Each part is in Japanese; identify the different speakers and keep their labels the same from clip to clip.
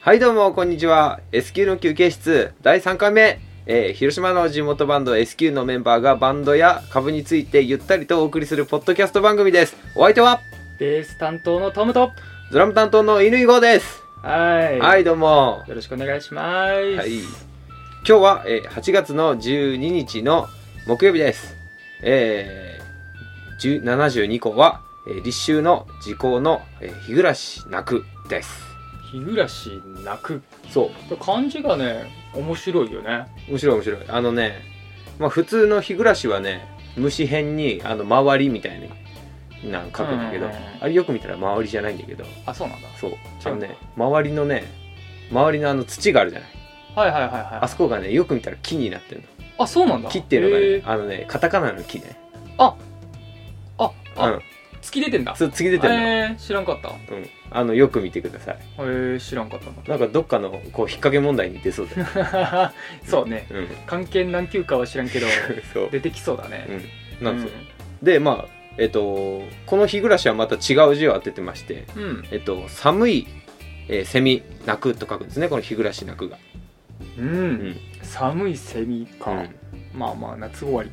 Speaker 1: はいどうもこんにちは S q の休憩室第3回目、えー広島の地元バンド S q のメンバーがバンドや株についてゆったりとお送りするポッドキャスト番組ですお相手は
Speaker 2: ベース担当のトムと
Speaker 1: ドラム担当の乾郷です
Speaker 2: はい、
Speaker 1: はいどうも
Speaker 2: よろしくお願いします
Speaker 1: はい今日は、えー8月の12日の木曜日ですえー、10 72個は、えー立秋の時効の、えー日暮らし泣くです
Speaker 2: 日暮らし泣く
Speaker 1: そう
Speaker 2: 漢字がね面白いよね
Speaker 1: 面白い面白いあのね、まあ、普通の日暮らしはね虫編にあの周りみたいになんか書くんだけど、
Speaker 2: うん
Speaker 1: あれよく見たら周りじゃないんだけど
Speaker 2: あそうなんだ
Speaker 1: そう
Speaker 2: か
Speaker 1: あのね周りのね周りのあの土があるじゃない
Speaker 2: はいはいはいはい
Speaker 1: あそこがねよく見たら木になってるの
Speaker 2: あそうなんだ
Speaker 1: 木っていうのが
Speaker 2: へ
Speaker 1: ね
Speaker 2: ー
Speaker 1: あのねカタカナの木ね
Speaker 2: あ
Speaker 1: う
Speaker 2: あ、
Speaker 1: ん
Speaker 2: 突き出てんだ
Speaker 1: そう次出てるの、
Speaker 2: えー、知らんかったへ
Speaker 1: うん、あのよく見てください
Speaker 2: えー、知らんかった
Speaker 1: なんかどっかのこう引っ掛け問題に出そう だよ、
Speaker 2: なそうね
Speaker 1: うん、
Speaker 2: 関係何級かは知ら んけど
Speaker 1: そう、
Speaker 2: 出てきそうだね、
Speaker 1: うん、なんですよ、でまあえっとこの日暮らしはまた違う字を当ててまして
Speaker 2: うん、うん
Speaker 1: えっと、寒い、えーセミ鳴くと書くんですねこの日暮らし鳴くが、
Speaker 2: うん
Speaker 1: ん
Speaker 2: 寒いセミか、
Speaker 1: う
Speaker 2: まあまあ夏終わり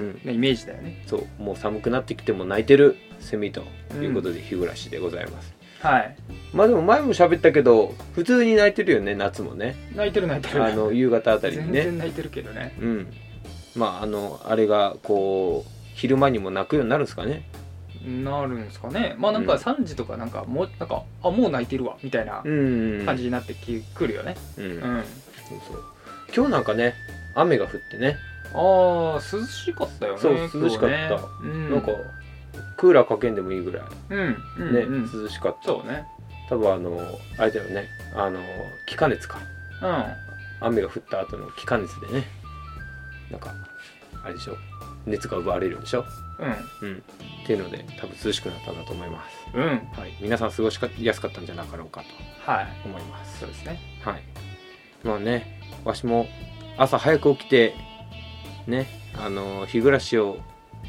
Speaker 1: んうん、
Speaker 2: のイメージだよね
Speaker 1: そうもう寒くなってきても鳴いてるセミということで日暮らしでございます、
Speaker 2: はい
Speaker 1: まあでも前も喋ったけど普通に鳴いてるよね夏もね
Speaker 2: 泣いてる泣いてる
Speaker 1: あの夕方あたりに
Speaker 2: 全
Speaker 1: ね
Speaker 2: 然泣いてるけどね
Speaker 1: うんまああのあれがこう昼間にも鳴くようになるんですかね
Speaker 2: なるんですかねまあなんか
Speaker 1: うん
Speaker 2: 3時とかなんかもうなんかあもう泣いてるわみたいな
Speaker 1: うん
Speaker 2: 感じになってき、くるよね
Speaker 1: うん、
Speaker 2: うん、
Speaker 1: そうそう今日なんかね雨が降ってね
Speaker 2: あー涼しかったよね
Speaker 1: そう
Speaker 2: 今日ね
Speaker 1: 涼しかった
Speaker 2: うん、
Speaker 1: なんかクーラーかけんでもいいぐらい
Speaker 2: うんうん、
Speaker 1: ね、
Speaker 2: うん、
Speaker 1: 涼しかった
Speaker 2: そうね
Speaker 1: 多分あのあれだよねあの気化熱か
Speaker 2: う
Speaker 1: 雨が降った後の気化熱でねなんかあれでしょ熱が奪われるんでしょ
Speaker 2: ん
Speaker 1: うんっていうので多分涼しくなったんだと思います
Speaker 2: うんうん
Speaker 1: はい皆さん過ごしかやすかったんじゃなかろうか
Speaker 2: はい
Speaker 1: と思います
Speaker 2: そうですね
Speaker 1: はいまあねわしも朝早く起きてねあの日暮らしを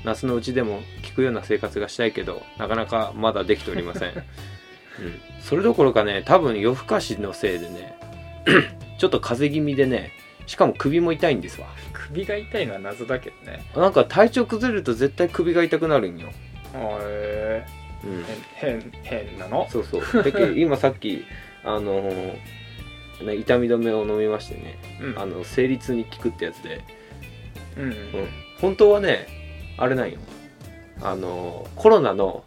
Speaker 1: 夏のうちでも聞くような生活がしたいけどなかなかまだできておりま せん、うん、それどころかね多分夜更かしのせいでね ちょっと風邪気味でねしかも首も痛いんですわ
Speaker 2: 首が痛いのは謎だけどね
Speaker 1: なんか体調崩れると絶対首が痛くなるんよ、
Speaker 2: へ
Speaker 1: うん
Speaker 2: え、変変変なの
Speaker 1: そうそうだけど今さっきあのーね痛み止めを飲みましてね
Speaker 2: うん
Speaker 1: あの生理痛に効くってやつで
Speaker 2: うんうん
Speaker 1: うん本当はねあれなんよあのコロナの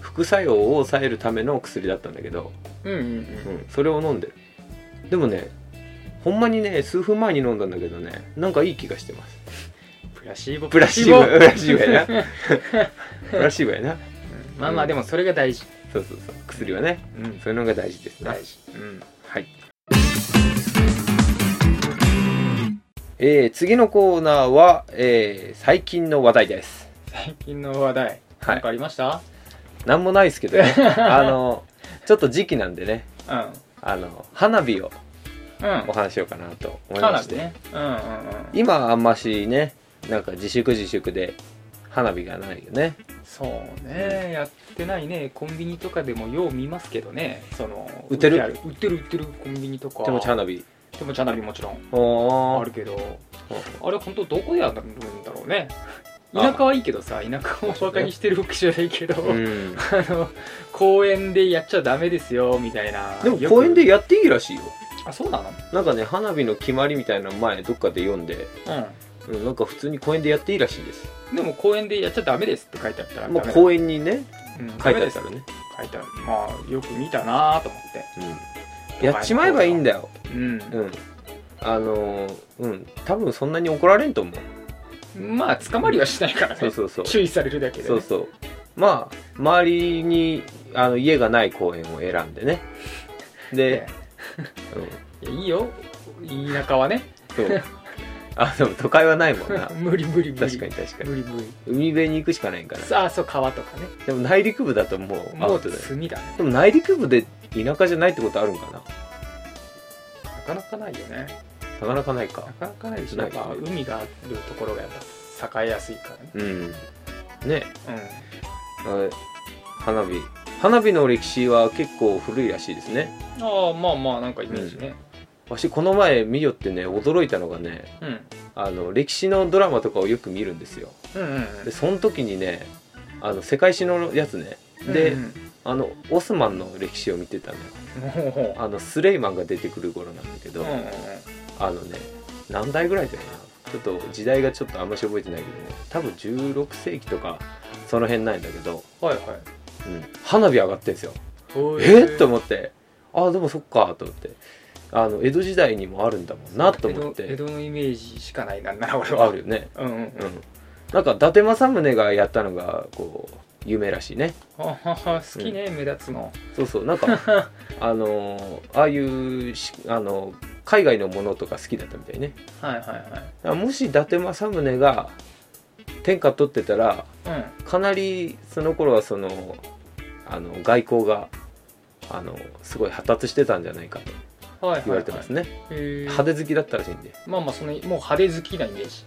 Speaker 1: 副作用を抑えるための薬だったんだけど、
Speaker 2: うんうん
Speaker 1: うん、それを飲んでるでもねほんまにね数分前に飲んだんだけどねなんかいい気がしてます
Speaker 2: プラシーボ
Speaker 1: プラシーボプラシーボや
Speaker 2: うん
Speaker 1: プラシーボやな
Speaker 2: まあまあでもそれが大事
Speaker 1: そうそうそう薬はね
Speaker 2: うん
Speaker 1: そういうのが大事ですね
Speaker 2: 大事うん
Speaker 1: はいえー、次のコーナーは、えー、最近の話題です
Speaker 2: 最近の話題、
Speaker 1: はい
Speaker 2: なんかありました
Speaker 1: なんもないですけどねあのちょっと時期なんでね
Speaker 2: うん
Speaker 1: あの花火を
Speaker 2: うん
Speaker 1: お話しようかなと思いま
Speaker 2: 花
Speaker 1: し
Speaker 2: 火
Speaker 1: て、
Speaker 2: ねうんうんうん
Speaker 1: 今あんましねなんか自粛自粛で花火がないよね
Speaker 2: そうねやってないねコンビニとかでもよう見ますけどねその
Speaker 1: 売ってる
Speaker 2: あ売ってる売ってるコンビニとか
Speaker 1: 手持ち花火
Speaker 2: 手持ち花火もちろん
Speaker 1: お
Speaker 2: あ
Speaker 1: ー
Speaker 2: るけどあれ本当どこでやるんだろうね
Speaker 1: あ
Speaker 2: 田舎はいいけどさ田舎をバカにしてるわけじゃないけど、
Speaker 1: う
Speaker 2: あ
Speaker 1: ん
Speaker 2: の公園でやっちゃダメですよみたいな
Speaker 1: でも
Speaker 2: よく
Speaker 1: 公園でやっていいらしいよ
Speaker 2: あそうなの
Speaker 1: なんかね花火の決まりみたいなの前どっかで読んで、
Speaker 2: う
Speaker 1: うん、なんか普通に公園でやっていいらしいです
Speaker 2: んでも公園でやっちゃダメですって書いてあったら
Speaker 1: まあ
Speaker 2: ダメだ
Speaker 1: 公園にね
Speaker 2: うん
Speaker 1: 書いてあ
Speaker 2: ダメで
Speaker 1: っ
Speaker 2: す
Speaker 1: たらね、
Speaker 2: 書いてあるまあよく見たなと思って
Speaker 1: うん、やっちまえばいいんだよ
Speaker 2: うん、
Speaker 1: うんあのーうん多分そんなに怒られんと思う
Speaker 2: まあ捕まりはしないからね
Speaker 1: そうそうそう
Speaker 2: 注意されるだけで、ね、
Speaker 1: そうそうまあ周りにあの家がない公園を選んでねで
Speaker 2: ね、いやいいよ田舎はね
Speaker 1: うん、そう あでも都会はないもんな
Speaker 2: 無理無理無理
Speaker 1: 確かに確かに
Speaker 2: 無理無理
Speaker 1: 海辺に行くしかないんかな
Speaker 2: さあそう川とかね
Speaker 1: でも内陸部だともうア
Speaker 2: もう
Speaker 1: ウトだよ
Speaker 2: 炭だね
Speaker 1: でも内陸部で田舎じゃないってことあるんかな
Speaker 2: なかなかないよね
Speaker 1: なかなかないか
Speaker 2: なかなかないし
Speaker 1: な
Speaker 2: や
Speaker 1: い
Speaker 2: っ
Speaker 1: ね
Speaker 2: ぱ海があるところがやっぱ栄えやすいか
Speaker 1: うんね
Speaker 2: らね
Speaker 1: あれ花火花火の歴史は結構古いらしいですね
Speaker 2: ああまあまあなんかイメージね
Speaker 1: わしこの前見よってね驚いたのがね
Speaker 2: うん、
Speaker 1: あの歴史のドラマとかをよく見るんですよ
Speaker 2: うん、うん
Speaker 1: でその時にねあの世界史のやつね
Speaker 2: うん
Speaker 1: で、
Speaker 2: うん
Speaker 1: あのオスマンの歴史を見てたのよ
Speaker 2: うんおお
Speaker 1: あのスレイマンが出てくる頃なんだけど、
Speaker 2: うんうんうん
Speaker 1: あのね何代ぐらいだよなちょっと時代がちょっとあんまし覚えてないけどね多分16世紀とかその辺なんだけど、
Speaker 2: はいはい
Speaker 1: うん、花火上がってんですよ
Speaker 2: おー
Speaker 1: えっと思ってああでもそっかと思ってあの江戸時代にもあるんだもんなと思っ
Speaker 2: 江
Speaker 1: て
Speaker 2: 戸江戸のイメージしかない なんなら俺は
Speaker 1: あるよね
Speaker 2: うんうんうん
Speaker 1: うんなんか伊達政宗がやったのがこう夢らしいね
Speaker 2: ははは好きね、目立つの
Speaker 1: そうそうなん かあのーああいうしあの海外のものとか好きだったみたいね
Speaker 2: はいはい
Speaker 1: だからもし伊達政宗が天下取ってたら
Speaker 2: はい
Speaker 1: かなりその頃はそのあの外交があのすごい発達してたんじゃないかと
Speaker 2: うんはいはい、はい、
Speaker 1: 言われてますね、
Speaker 2: へー
Speaker 1: 派手好きだったらしいんで、
Speaker 2: まあまあそのもう派手好きなイメージ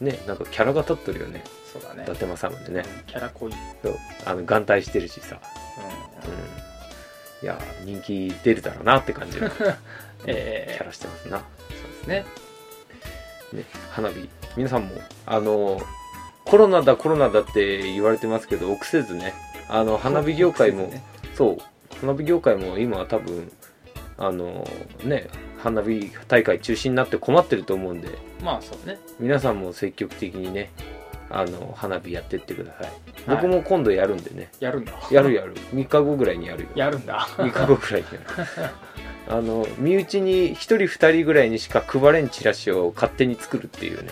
Speaker 1: うん、ねなんかキャラが立っとるよね
Speaker 2: そうだね
Speaker 1: 伊達政宗ね
Speaker 2: うんキャラ濃い、うん
Speaker 1: そうあの眼帯してるしさ、うん、いや人気出るだろうなって感じのキ
Speaker 2: え
Speaker 1: ャラしてますな、
Speaker 2: ー、そうですね
Speaker 1: ね、花火皆さんもあのコロナだコロナだって言われてますけど臆せずねあの花火業界も、
Speaker 2: そうですね
Speaker 1: そう花火業界も今は多分あのね花火大会中止になって困ってると思うんで
Speaker 2: まあそうね
Speaker 1: 皆さんも積極的にねあの花火やってってください、
Speaker 2: はい
Speaker 1: 僕も今度やるんでね
Speaker 2: やるんだ
Speaker 1: やるやる3日後ぐらいにやるよ
Speaker 2: やるんだ
Speaker 1: 3日後ぐらいにやるあの身内に1人2人ぐらいにしか配れんチラシを勝手に作るっていうね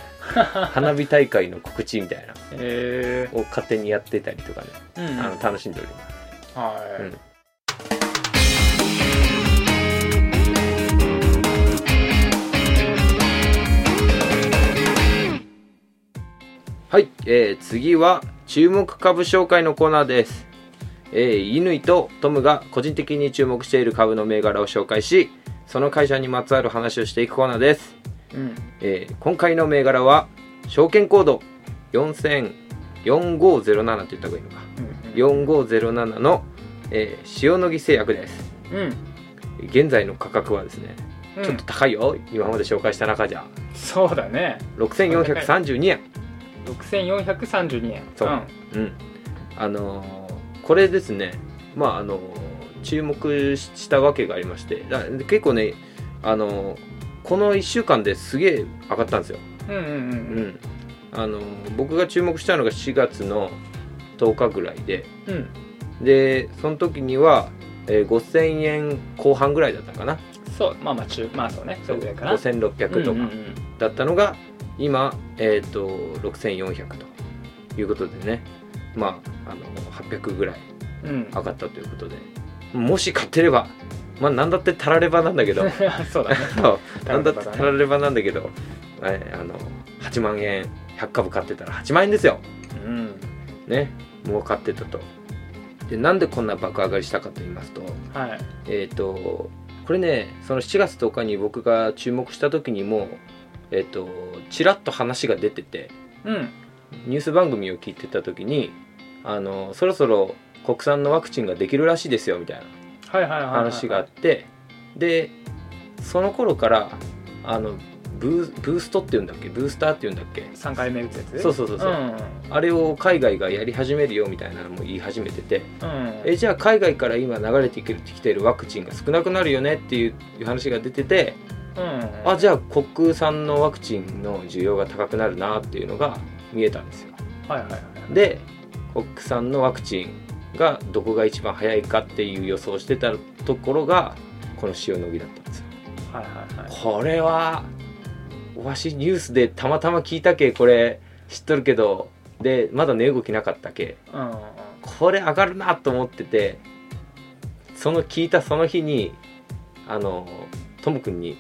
Speaker 1: 花火大会の告知みたいな
Speaker 2: え
Speaker 1: を勝手にやってたりとかね、
Speaker 2: ー、うん
Speaker 1: あの楽しんでおります
Speaker 2: はい、
Speaker 1: うんはい、えー次は注目株紹介のコーナーです。えー、乾とトムが個人的に注目している株の銘柄を紹介し、その会社にまつわる話をしていくコーナーです。
Speaker 2: うん
Speaker 1: えー今回の銘柄は、証券コード4000-4507って言った方がいいのか。
Speaker 2: うん
Speaker 1: 4507の、えー塩野義製薬です。
Speaker 2: うんうん
Speaker 1: 現在の価格はですね、
Speaker 2: うん
Speaker 1: ちょっと高いよ。今まで紹介した中じゃ。
Speaker 2: そうだね
Speaker 1: 6432円。
Speaker 2: 6432円
Speaker 1: そうんうん、あのーこれですね、まああのー注目したわけがありまして、だ結構ね、あのーこの1週間ですげえ上がったんですよ、
Speaker 2: うんうん
Speaker 1: う
Speaker 2: うん
Speaker 1: んあのー僕が注目したのが4月の10日ぐらいで、
Speaker 2: うんうん
Speaker 1: でその時には、えー5000円後半ぐらいだったかな、
Speaker 2: そうまあまあ中まあそうねそれぐらいかな
Speaker 1: 5600と
Speaker 2: うんうん
Speaker 1: かだったのが、今、えー、と6400ということでね、まあ、あの800ぐらい。
Speaker 2: うんうん
Speaker 1: 上がったということでもし買ってればまあ何だってたらればなんだ けど
Speaker 2: そうだね
Speaker 1: 何だってたらればなんだけど、えーあの8万円100株買ってたら8万円ですよ
Speaker 2: うん
Speaker 1: ね儲かってたとでなんでこんな爆上がりしたかと言いますと
Speaker 2: はい
Speaker 1: えっ、とこれねその7月10日に僕が注目した時にもえっ、とちらっと話が出てて
Speaker 2: うん
Speaker 1: ニュース番組を聞いてた時にあのそろそろ国産のワクチンができるらしいですよみたいな
Speaker 2: はいはいはいはい
Speaker 1: 話があってでその頃からあのブーブーストっていうんだっけブースターっていうんだっけ
Speaker 2: 3回目打つやつ
Speaker 1: そうそうそうそううんあれを海外がやり始めるよみたいなのも言い始めてて
Speaker 2: うん
Speaker 1: えじゃあ海外から今流れてきてるワクチンが少なくなるよねっていういう話が出てて
Speaker 2: うん
Speaker 1: あじゃあ国産のワクチンの需要が高くなるなっていうのが見えたんですよ
Speaker 2: はいはいはい
Speaker 1: で国産のワクチンがどこが一番早いかっていう予想してたところがこの塩野義だったんですよ
Speaker 2: はいはいはい
Speaker 1: これはわしニュースでたまたま聞いたけこれ知っとるけどでまだ値動きなかったけ
Speaker 2: うんうん
Speaker 1: これ上がるなと思っててその聞いたその日にあのトム君に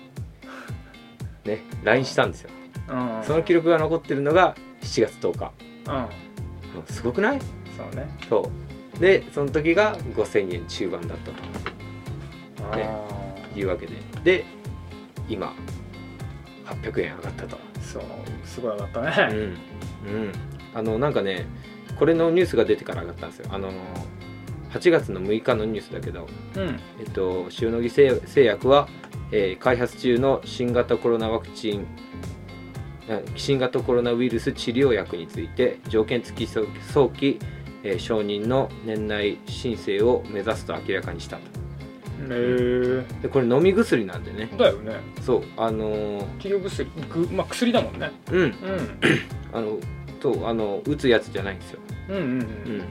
Speaker 1: ね LINE したんですよ
Speaker 2: うんうん
Speaker 1: その記録が残ってるのが7月10日
Speaker 2: うん
Speaker 1: うんすごくない
Speaker 2: そうね
Speaker 1: そうでその時が5000円中盤だったというわけでで今800円上がったと
Speaker 2: あーそうすごい上がった
Speaker 1: う
Speaker 2: ね
Speaker 1: ん、うん、あのなんかねこれのニュースが出てから上がったんですよあの8月の6日のニュースだけど、
Speaker 2: うん
Speaker 1: えっと、塩野義製製薬は、えー開発中の新型コロナワクチンあ新型コロナウイルス治療薬について条件付き早早期、えー承認の年内申請を目指すと明らかにしたと
Speaker 2: へ
Speaker 1: でこれ飲み薬なんでね
Speaker 2: えだよね
Speaker 1: そうあのー
Speaker 2: 治療薬ぐ、まあ、薬だもんね、
Speaker 1: うん
Speaker 2: う
Speaker 1: あのとあの打つやつじゃないんですよ、
Speaker 2: ん、うんうんうん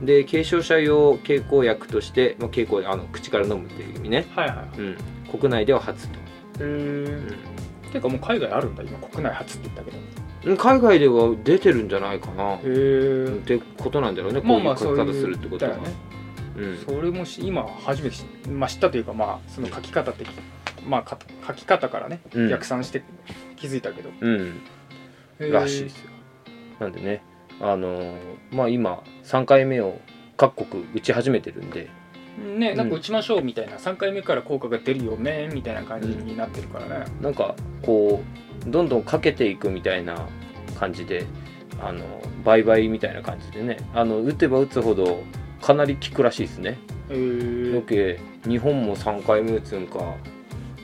Speaker 1: うん、で軽症者用経口薬として、まあ、経口あの口から飲むっていう意味ね、
Speaker 2: はいはい
Speaker 1: うん、国内では初と、
Speaker 2: へえてかもう海外あるんだ今国内初って言ったけどへ
Speaker 1: うん、海外では出てるんじゃないかなっ
Speaker 2: え
Speaker 1: てことなんだろうね
Speaker 2: ま
Speaker 1: こ
Speaker 2: あ
Speaker 1: うい
Speaker 2: ま
Speaker 1: う
Speaker 2: あそ
Speaker 1: 書
Speaker 2: う
Speaker 1: き
Speaker 2: い
Speaker 1: 方するって
Speaker 2: う
Speaker 1: こ
Speaker 2: だ
Speaker 1: とは
Speaker 2: よね
Speaker 1: うん
Speaker 2: それもし今初めて知,、まあ、知ったというかまあその書き方ってまあか書き方からね、
Speaker 1: うん
Speaker 2: 逆算して気づいたけど
Speaker 1: うん
Speaker 2: へえ
Speaker 1: らしいですよなんでねあのーまあ今3回目を各国打ち始めてるんで
Speaker 2: ねなんか打ちましょうみたいな、3回目から効果が出るよねみたいな感じになってるからね、
Speaker 1: なんかこうどんどんかけていくみたいな感じであの倍々みたいな感じでねあの打てば打つほどかなり効くらしいですね。
Speaker 2: へ
Speaker 1: よけ日本も3回目打つんか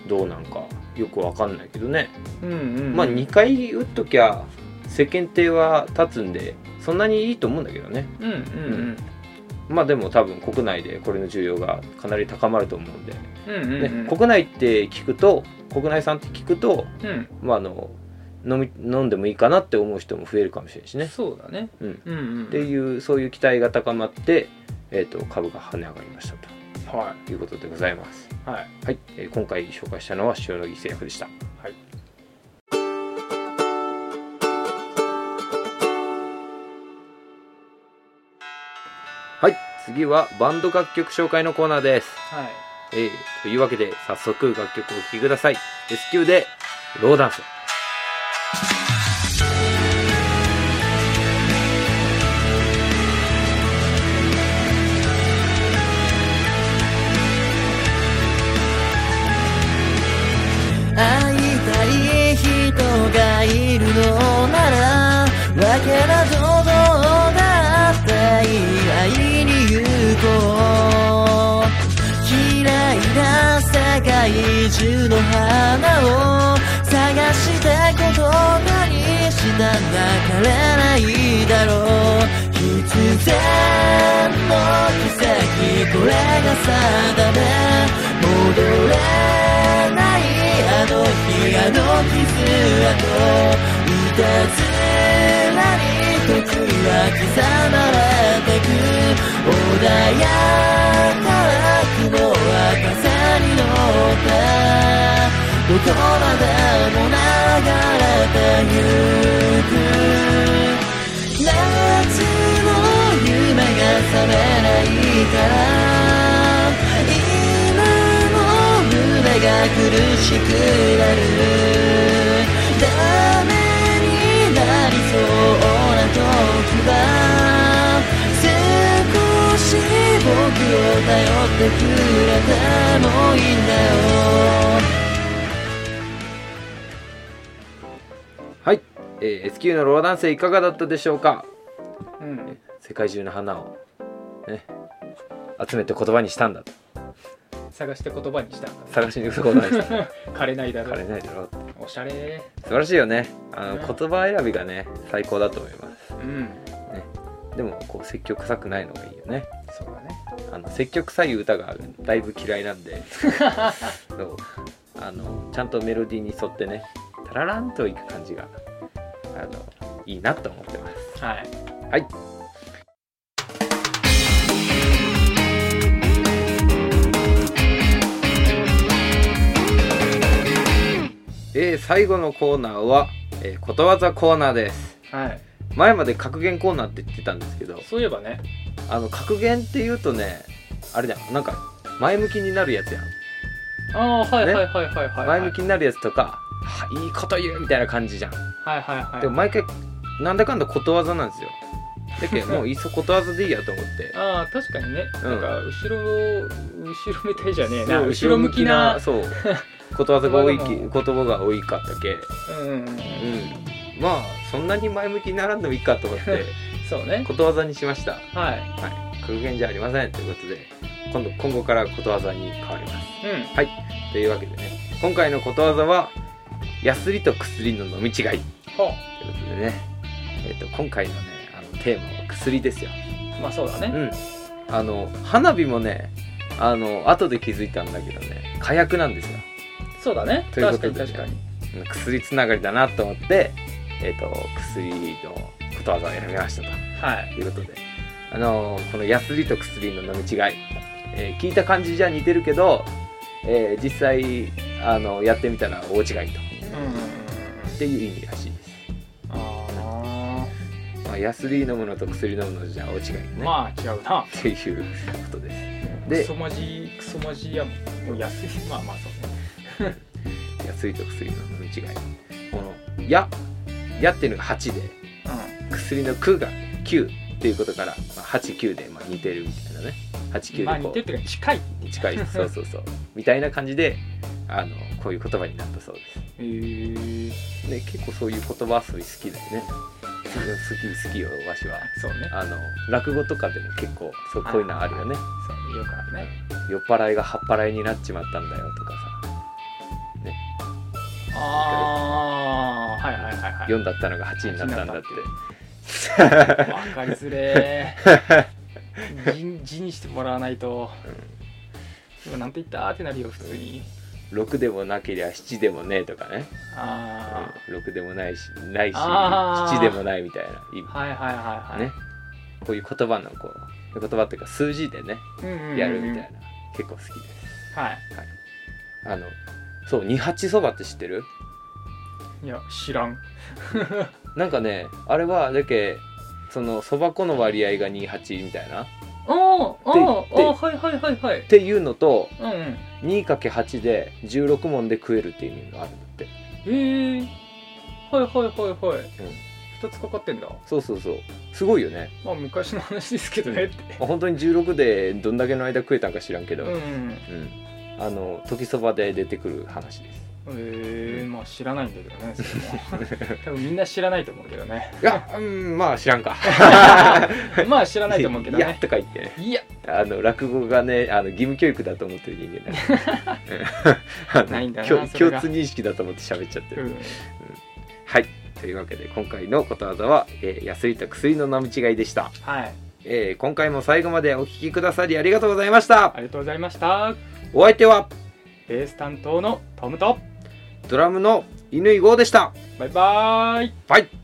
Speaker 1: どうなんかよくわかんないけどね、
Speaker 2: えうんうんうん
Speaker 1: まあ2回打っときゃ世間体は立つんでそんなにいいと思うんだけどね
Speaker 2: うんうんうん
Speaker 1: まあでも多分国内でこれの需要がかなり高まると思うんで、
Speaker 2: うんうんう
Speaker 1: ね
Speaker 2: ん
Speaker 1: 国内って聞くと国内産って聞くと
Speaker 2: うん
Speaker 1: まあ、あの飲み飲んでもいいかなって思う人も増えるかもしれないしね。
Speaker 2: そうだね
Speaker 1: うん、
Speaker 2: うんうん
Speaker 1: っていうそういう期待が高まって、えー、と株が跳ね上がりました
Speaker 2: は
Speaker 1: ということでございます。
Speaker 2: いはい
Speaker 1: はい、えー今回紹介したのは塩野義製薬でした。
Speaker 2: はい
Speaker 1: はい、次はバンド楽曲紹介のコーナーです。
Speaker 2: はい
Speaker 1: えーというわけで早速楽曲をお聴きください。S 級でローダンス。
Speaker 3: 会いたい人がいるのならわけなどどうだって言い合いに行こう嫌いな世界中の花を探して言葉にしたんだ枯れないだろう必然の奇跡これが定め戻れないあの日あの傷跡いたずらに時は刻まれてく穏やかな雲は風に乗ってどこまでも流れてゆく夏の夢が覚めないから今も胸が苦しくなるダメになりそうな時は少し僕を頼ってくれてもいいんだよ
Speaker 1: はい、えー S 級のローダンスいかがだったでしょうか。
Speaker 2: うん
Speaker 1: 世界中の花をね集めて言葉にしたんだと
Speaker 2: 探して言葉にしたんだ
Speaker 1: 探しに行くことないです
Speaker 2: 枯れないだ
Speaker 1: 枯
Speaker 2: ろ
Speaker 1: れ
Speaker 2: う
Speaker 1: ないだろうって
Speaker 2: おしゃれ
Speaker 1: 素晴らしいよねあの
Speaker 2: ね
Speaker 1: 言葉選びがね最高だと思います
Speaker 2: うん
Speaker 1: でもこう積極臭くないのがいいよね
Speaker 2: そうだね
Speaker 1: あの積極臭い歌がだいぶ嫌いなんでそうあのちゃんとメロディーに沿ってねタラランといく感じがあのいいなと思ってます
Speaker 2: はい
Speaker 1: はい。えー最後のコーナーは、えーことわざコーナーです
Speaker 2: はい
Speaker 1: 前まで格言コーナーって言ってたんですけど
Speaker 2: そういえばね
Speaker 1: あの格言って言うとねあれじゃんなんか前向きになるやつやん、
Speaker 2: ああはい
Speaker 1: ね
Speaker 2: はいはいはいはいはい
Speaker 1: 前向きになるやつとかはいいこと言うみたいな感じじゃん、
Speaker 2: はいはいはい
Speaker 1: でも毎回なんだかんだことわざなんですよだけどもういっそことわざでいいやと思って
Speaker 2: ああ確かにね、
Speaker 1: うん
Speaker 2: なんか後ろ後ろめたいじゃねえ
Speaker 1: そ
Speaker 2: な
Speaker 1: う
Speaker 2: 後ろ向きな
Speaker 1: そう ことわざが多いき言
Speaker 2: 言
Speaker 1: 葉が多いかったけ、
Speaker 2: うんうんうん
Speaker 1: うん、 まあそんなに前向きにならんでもいいかと思って
Speaker 2: そうね
Speaker 1: ことわざにしました、は、
Speaker 2: はい
Speaker 1: 格言じゃありませんということで今度今後からことわざに変わります
Speaker 2: う
Speaker 1: はいというわけでね今回のことわざはヤスリと薬の飲み違いというん
Speaker 2: ほ
Speaker 1: ことでねえっ、と今回のねあのテーマは薬ですよ
Speaker 2: うまあそうだ
Speaker 1: う
Speaker 2: ね
Speaker 1: んあの花火もねあの後で気づいたんだけどね火薬なんですよ
Speaker 2: そうだね
Speaker 1: というこ
Speaker 2: 確か
Speaker 1: とで
Speaker 2: に確かに
Speaker 1: 薬つながりだなと思って、えー、と薬のことわざを選びました
Speaker 2: はい
Speaker 1: ということで、あのーこのヤスリと薬の飲み違い、えー聞いた感じじゃ似てるけど、えー実際あのやってみたら大違いと
Speaker 2: うん
Speaker 1: っていう意味らしいです、
Speaker 2: あ
Speaker 1: まあ、ヤスリ飲むのと薬飲むのじゃ大違い
Speaker 2: ー
Speaker 1: ね、
Speaker 2: まあ違うな
Speaker 1: っていうことですで
Speaker 2: クソマジクソマジやもんもう安い まあまあそうね
Speaker 1: ヤスリと薬の飲み違いこの「や」「や」っていうのが8で薬の「く」が9っていうことから、まあ、89でまあ似てるみたいなね
Speaker 2: うんまあ
Speaker 1: 89で
Speaker 2: 似
Speaker 1: こ
Speaker 2: てるっていうか近いう
Speaker 1: 近いそうそうそうみたいな感じであのこういう言葉になったそうです
Speaker 2: えー
Speaker 1: ね、結構そういう言葉遊び好きだよね。好き好きよわしは。
Speaker 2: そうね
Speaker 1: あの落語とかでも結構そうこういうのあるよね。
Speaker 2: そうねよくあるね
Speaker 1: 酔っ払いがはっ払いになっちまったんだよとか
Speaker 2: ああはいはいはい
Speaker 1: さ、
Speaker 2: はい
Speaker 1: 4だったのが8になったんだって。
Speaker 2: わかりづれ ー字に字にしてもらわないと、今なんて言ったーってなるよ普通に
Speaker 1: 6でもなけりゃ7でもねえとかね。
Speaker 2: あ
Speaker 1: うん6でもないしないし
Speaker 2: あー
Speaker 1: 7でもないみたいな意
Speaker 2: あはいはいはいはい、
Speaker 1: 味ね。こういう言葉のこう言葉っていうか数字でね
Speaker 2: うんうんうんうん
Speaker 1: やるみたいな結構好きです。
Speaker 2: はい
Speaker 1: あのそう二八そばって知ってる？
Speaker 2: いや知らん
Speaker 1: なんかねあれはだけそのそば粉の割合が28みたいなっ
Speaker 2: おーおー
Speaker 1: でで
Speaker 2: おーはいはいはいはい
Speaker 1: ていうのと
Speaker 2: うんうん
Speaker 1: 2×8 で16問で食えるっていう意味があるんだって
Speaker 2: へえー、はいはいはいはい、二つかかってんだ
Speaker 1: そうそうそうすごいよね
Speaker 2: まあ昔の話ですけどねって
Speaker 1: まあ本当に16でどんだけの間食えたんか知らんけ
Speaker 2: う
Speaker 1: ど、
Speaker 2: んうんへ
Speaker 1: うんあの時そばで出てくる話です
Speaker 2: えー、まあ知らないんだけどねそれ も多分みんな知らないと思うけど ね
Speaker 1: いや、うん、まあ知らんか
Speaker 2: まあ知らないと思うけど
Speaker 1: いや
Speaker 2: ね
Speaker 1: とか言ってね
Speaker 2: いや
Speaker 1: あの落語がねあの義務教育だと思ってる人間 だ
Speaker 2: ないんだな
Speaker 1: 共
Speaker 2: それ
Speaker 1: 共
Speaker 2: が
Speaker 1: 通認識だと思って喋っちゃってる、
Speaker 2: うん
Speaker 1: はい。というわけで今回のことわざは、えー、安いと薬の飲み違いでした、
Speaker 2: はい
Speaker 1: えー今回も最後までお聞きくださりありがとうございました
Speaker 2: ありがとうございました。
Speaker 1: お相手は
Speaker 2: ベース担当のトムと、
Speaker 1: ドラムの犬井剛でした
Speaker 2: バイバーイ。
Speaker 1: バイ